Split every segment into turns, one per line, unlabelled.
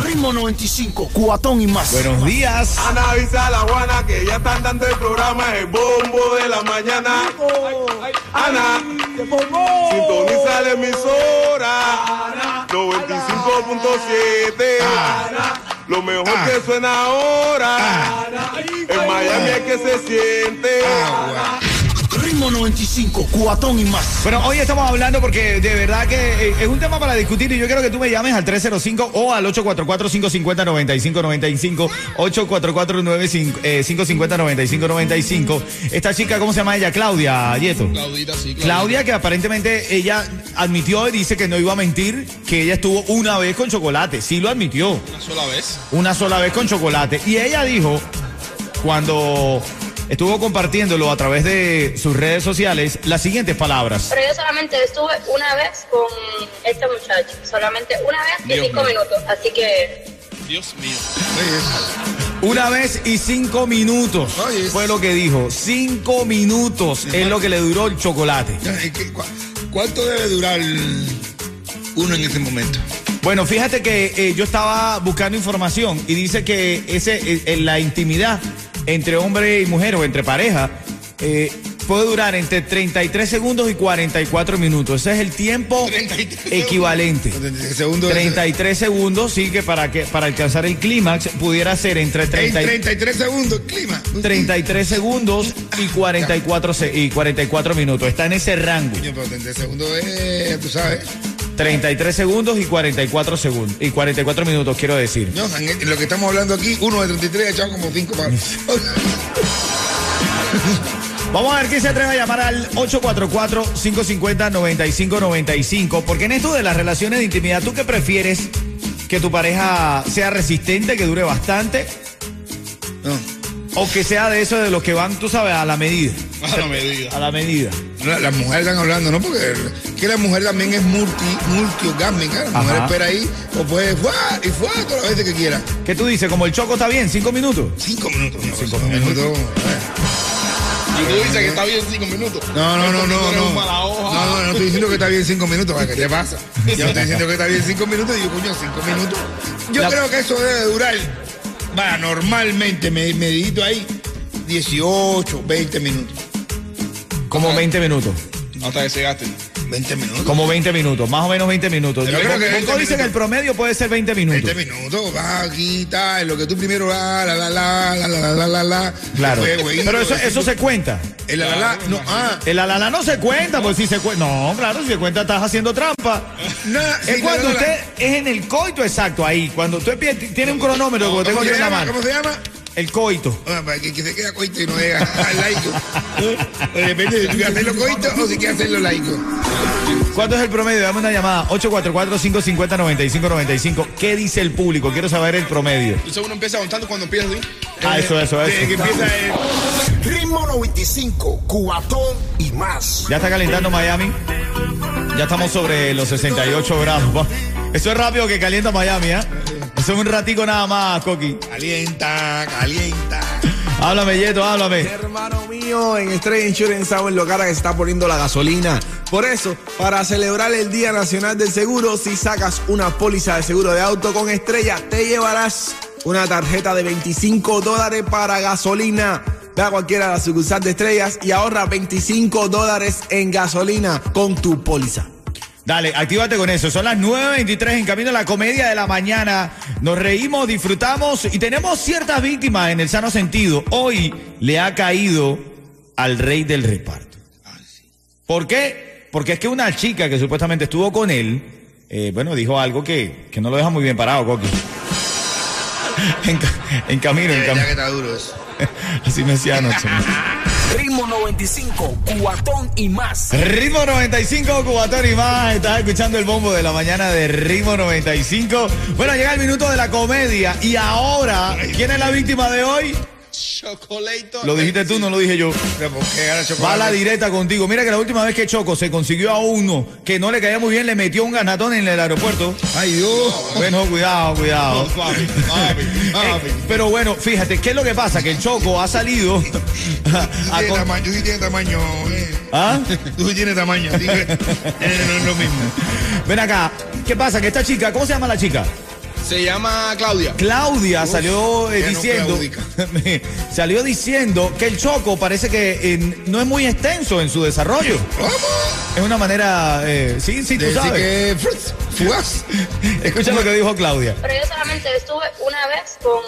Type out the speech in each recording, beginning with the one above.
Ritmo 95, cuatón y más.
Buenos días.
Ana avisa a la Juana que ya están dando el programa El Bombo de la Mañana. Ana, sintoniza la emisora 95.7. Lo mejor que suena ahora. En Miami es que se siente.
Ritmo 95, cuatón y más.
Bueno, hoy estamos hablando porque de verdad que eh, es un tema para discutir y yo quiero que tú me llames al 305 o al 844-550-9595, eh, 844-550-9595. Esta chica, ¿cómo se llama ella? Claudia, Yeto.
Claudita, sí, Claudia.
Claudia, que aparentemente ella admitió y dice que no iba a mentir, que ella estuvo una vez con chocolate. Sí lo admitió,
Una sola vez.
una sola vez con chocolate. Y ella dijo, cuando estuvo compartiéndolo a través de sus redes sociales, las siguientes palabras.
Pero yo solamente estuve una vez con este muchacho, solamente una vez y
Dios
cinco
mío.
minutos, así que
Dios mío.
Una vez y cinco minutos
Oye.
fue lo que dijo. Cinco minutos es lo que le duró el chocolate.
Eh, ¿qué- cua- ¿Cuánto debe durar uno en ese momento?
Bueno, fíjate que eh, yo estaba buscando información y dice que ese eh, en la intimidad entre hombre y mujer o entre pareja eh, puede durar entre 33 segundos y 44 minutos. Ese es el tiempo
33 segundos.
equivalente.
33 segundos.
33 segundos, sí, que para, que para alcanzar el clímax pudiera ser entre
En
30 y
33 segundos, clima.
33 segundos y 44, se- y 44 minutos. Está en ese rango.
Coño, pero 33 segundos es, tú sabes.
33 segundos y 44 segundos. Y 44 minutos, quiero decir.
No, en lo que estamos hablando aquí, uno de 33 ha echado como 5 para.
Vamos a ver quién se atreve a llamar al 844-550-9595. Porque en esto de las relaciones de intimidad, ¿tú qué prefieres? ¿Que tu pareja sea resistente, que dure bastante?
No,
¿O que sea de eso de los que van, tú sabes, a la medida?
A la medida.
A la medida.
la- las mujeres están hablando, ¿no? Porque que la mujer también es multi, multiorgásmica. La mujer
Ajá.
espera ahí, o puede fuá y fuá todas las veces que quiera.
¿Qué tú dices? ¿Como el choco está bien? ¿Cinco minutos?
Cinco minutos. No,
Cinco
cinco minutos.
Y tú dices que está bien cinco minutos.
No, no, no,
Entonces tú
no.
eres
No,
un mala
no,
hoja.
no, no estoy diciendo que está bien cinco minutos. ¿Qué te pasa? Yo no estoy diciendo que está bien cinco minutos. Digo, coño, cinco minutos. Yo
La-
creo que eso debe durar. Va, normalmente me, me edito ahí 18, 20 minutos.
Como 20 minutos.
Hasta que se gasten.
20 minutos.
Como 20 minutos, más o menos 20 minutos.
Yo creo que 20
Como dicen
minutos.
el promedio puede ser 20 minutos.
20 minutos, va aquí, tal, lo que tú primero ah, la, la, la, la, la, la, la, la, la.
Claro.
Después, güey,
Pero eso,
después,
eso se cuenta.
El la, la, la, no, ah,
El alala no se cuenta, pues si se cuenta. No, claro, si se cuenta estás haciendo trampa.
nada,
Es
sí,
cuando
la, la, la.
usted es en el coito exacto ahí. Cuando usted pie- tiene un cronómetro, como tengo
¿Cómo
yo en
se
la
llama?
mano.
¿Cómo se llama?
El coito.
Ah, para que, que se queda coito y no llega al laico. Eh, Depende de si quieres hacerlo coito o si quieres hacerlo laico.
¿Cuánto es el promedio? Dame una llamada. 844-550-9595. ¿Qué dice el público? Quiero saber el promedio.
Entonces uno empieza contando cuando empieza Eh, así.
Ah, eso, eso,
Desde que
eso.
empieza el...
Ritmo 95, cuatón y más.
Ya está calentando Miami. Ya estamos sobre los 68 grados. va. Eso es rápido que calienta Miami, ¿eh? Eso es un ratico nada más, Coqui.
Calienta, calienta.
Háblame, Yeto, háblame.
Hermano mío, en Stray Insurance saben lo cara que se está poniendo la gasolina. Por eso, para celebrar el Día Nacional del Seguro, si sacas una póliza de seguro de auto con estrella, te llevarás una tarjeta de 25 dólares para gasolina. Ve a cualquiera de las sucursales de estrellas y ahorra 25 dólares en gasolina con tu póliza.
Dale, actívate con eso. Son las 9.23 en camino a la comedia de la mañana. Nos reímos, disfrutamos y tenemos ciertas víctimas en el sano sentido. Hoy le ha caído al rey del reparto. ¿Por qué? Porque es que una chica que supuestamente estuvo con él, eh, bueno, dijo algo que, que no lo deja muy bien parado, Coqui. En, ca- en camino, en
Ya que
camino.
está duro eso.
Así me decía anoche.
Ritmo 95, cuatón y más.
Ritmo 95, Cubatón y más. Estás escuchando el bombo de la mañana de Ritmo 95. Bueno, llega el minuto de la comedia. Y ahora, ¿quién es la víctima de hoy?
Chocolate.
Lo dijiste tú, no lo dije yo.
Porque gana
Va a la
chocolate.
directa contigo. Mira que la última vez que Choco se consiguió a uno que no le caía muy bien, le metió un ganatón en el aeropuerto.
Ay, Dios.
Bueno, cuidado, cuidado.
Papi, papi, papi.
Eh, pero bueno, fíjate, ¿qué es lo que pasa? Que el Choco ha salido. a- a
Tiene
con-
tamaño, sí tiene tamaño. eh.
¿Ah?
Tú sí tienes tamaño, así que eh, no es lo mismo.
Ven acá. ¿Qué pasa? Que esta chica, ¿cómo se llama la chica?
Se llama Claudia.
Claudia salió eh,
ya no
diciendo.
claudica.
salió diciendo que el Choco parece que eh, no es muy extenso en su desarrollo.
Vamos.
Es una manera. eh, sí, sí, tú
De decir
sabes.
que frutz, fugaz.
Escucha lo que dijo Claudia.
Pero yo solamente estuve una vez con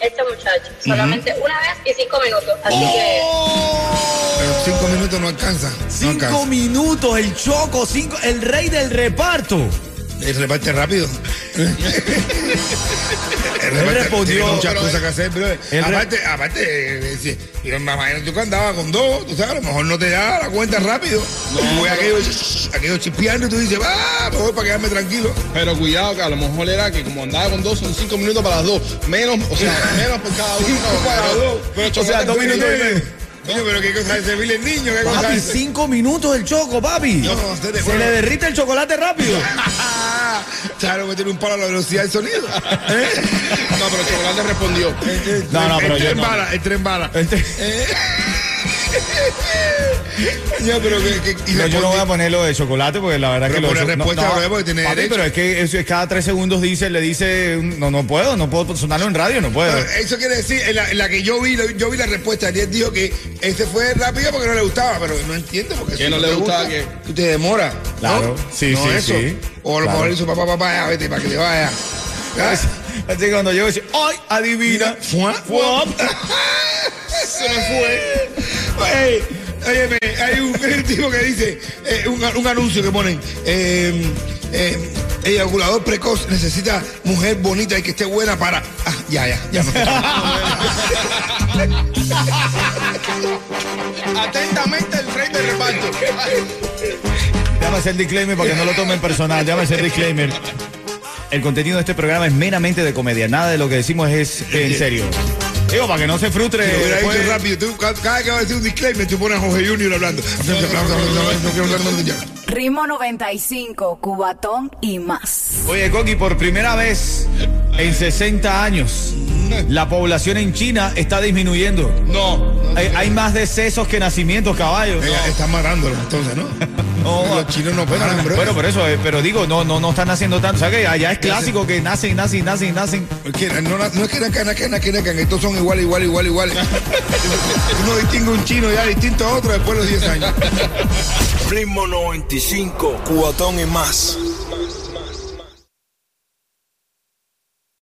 este muchacho. Solamente una vez y cinco minutos. Así
Oh.
que.
Pero cinco minutos no alcanza. No
Cinco
alcanza.
minutos, el Choco, cinco, el rey del reparto.
Eh, reparte rápido. Él
respondió.
Tiene muchas
Pero,
cosas que hacer, pero
él re-
aparte, aparte, eh, si- yo me imagino tú que andabas con dos, tú sabes, a lo mejor no te da la cuenta rápido. No, fue aquello, aquello chispeando y tú dices, va, mejor para quedarme tranquilo.
Pero cuidado, que a lo mejor era que como andaba con dos, son cinco minutos para las dos. Menos, o sea, menos por cada uno.
para
Pero-
dos.
Pero
O sea,
chocolate
dos
con
minutos y
Claudia.
medio.
Coño, pero qué cosa de servirle el niño, qué cosa
Papi,
de
cinco minutos el Choco, papi.
No, usted de
Se
acuerdo.
le derrite el chocolate rápido.
Claro, que tiene un palo a la velocidad del sonido.
No, pero Chocolate respondió.
¿Eh? No, no, pero
el
yo
tren
no.
bala, el tren bala.
Este-
Ya, pero que, que- y
No, yo no voy a
responde-
poner lo de chocolate porque la verdad
Pero
que lo
por la
de cho-
respuesta
no, no.
lo vemos que tiene
Papi,
derecho.
pero es que eso es cada tres segundos dice, le dice, un- no, no puedo, no puedo sonarlo en radio, no puedo.
Ah, Eso quiere decir, en la, en la que yo vi, lo- yo vi la respuesta, él dijo que ese fue rápido porque no le gustaba, pero no entiendo porque
Que no le
te
gustaba
gusta,
que-
tú te demora.
Claro,
¿no?
sí,
No
sí,
eso.
sí.
O a
Claro.
lo
Pues,
mejor le hizo papá, papá, ya vete para que te vaya. Ya.
Así que cuando yo decía, ¡ay, adivina!
Fua,
Fua.
Se me fue. Oye, óyeme, hay un, hay un tipo que dice, eh, un, un anuncio que ponen, eh, eh, eyaculador precoz necesita mujer bonita y que esté buena para... Ah, ya, ya, ya.
Atentamente el rey del reparto.
Déjame hacer disclaimer para que no lo tomen personal. Déjame hacer disclaimer. El contenido de este programa es meramente de comedia. Nada de lo que decimos es en serio. Digo, para que no se frustre.
Lo hubiera
después.
dicho rápido. Tú, ca- cada vez que va a decir un disclaimer, tú pones a Jorge Junior hablando. No quiero hablar de ella.
Ritmo 95, Cubatón y más.
Oye, Coqui, por primera vez en 60 años, la población en China está disminuyendo.
No.
Hay, hay más decesos que nacimientos, caballos.
Venga, Están matándolo entonces, ¿no?
No.
Los chinos no paran, bro.
Bueno, por eso, eh, pero digo, no, no, no están haciendo tanto. O sea que allá es clásico que nacen, nacen, nacen, nacen.
Porque no, no es que nacan, nacan, nacan, nacan, estos son igual, igual, igual, igual. Uno distingue un chino ya distinto a otro después de los 10 años.
Ritmo 95, Cubatón y más.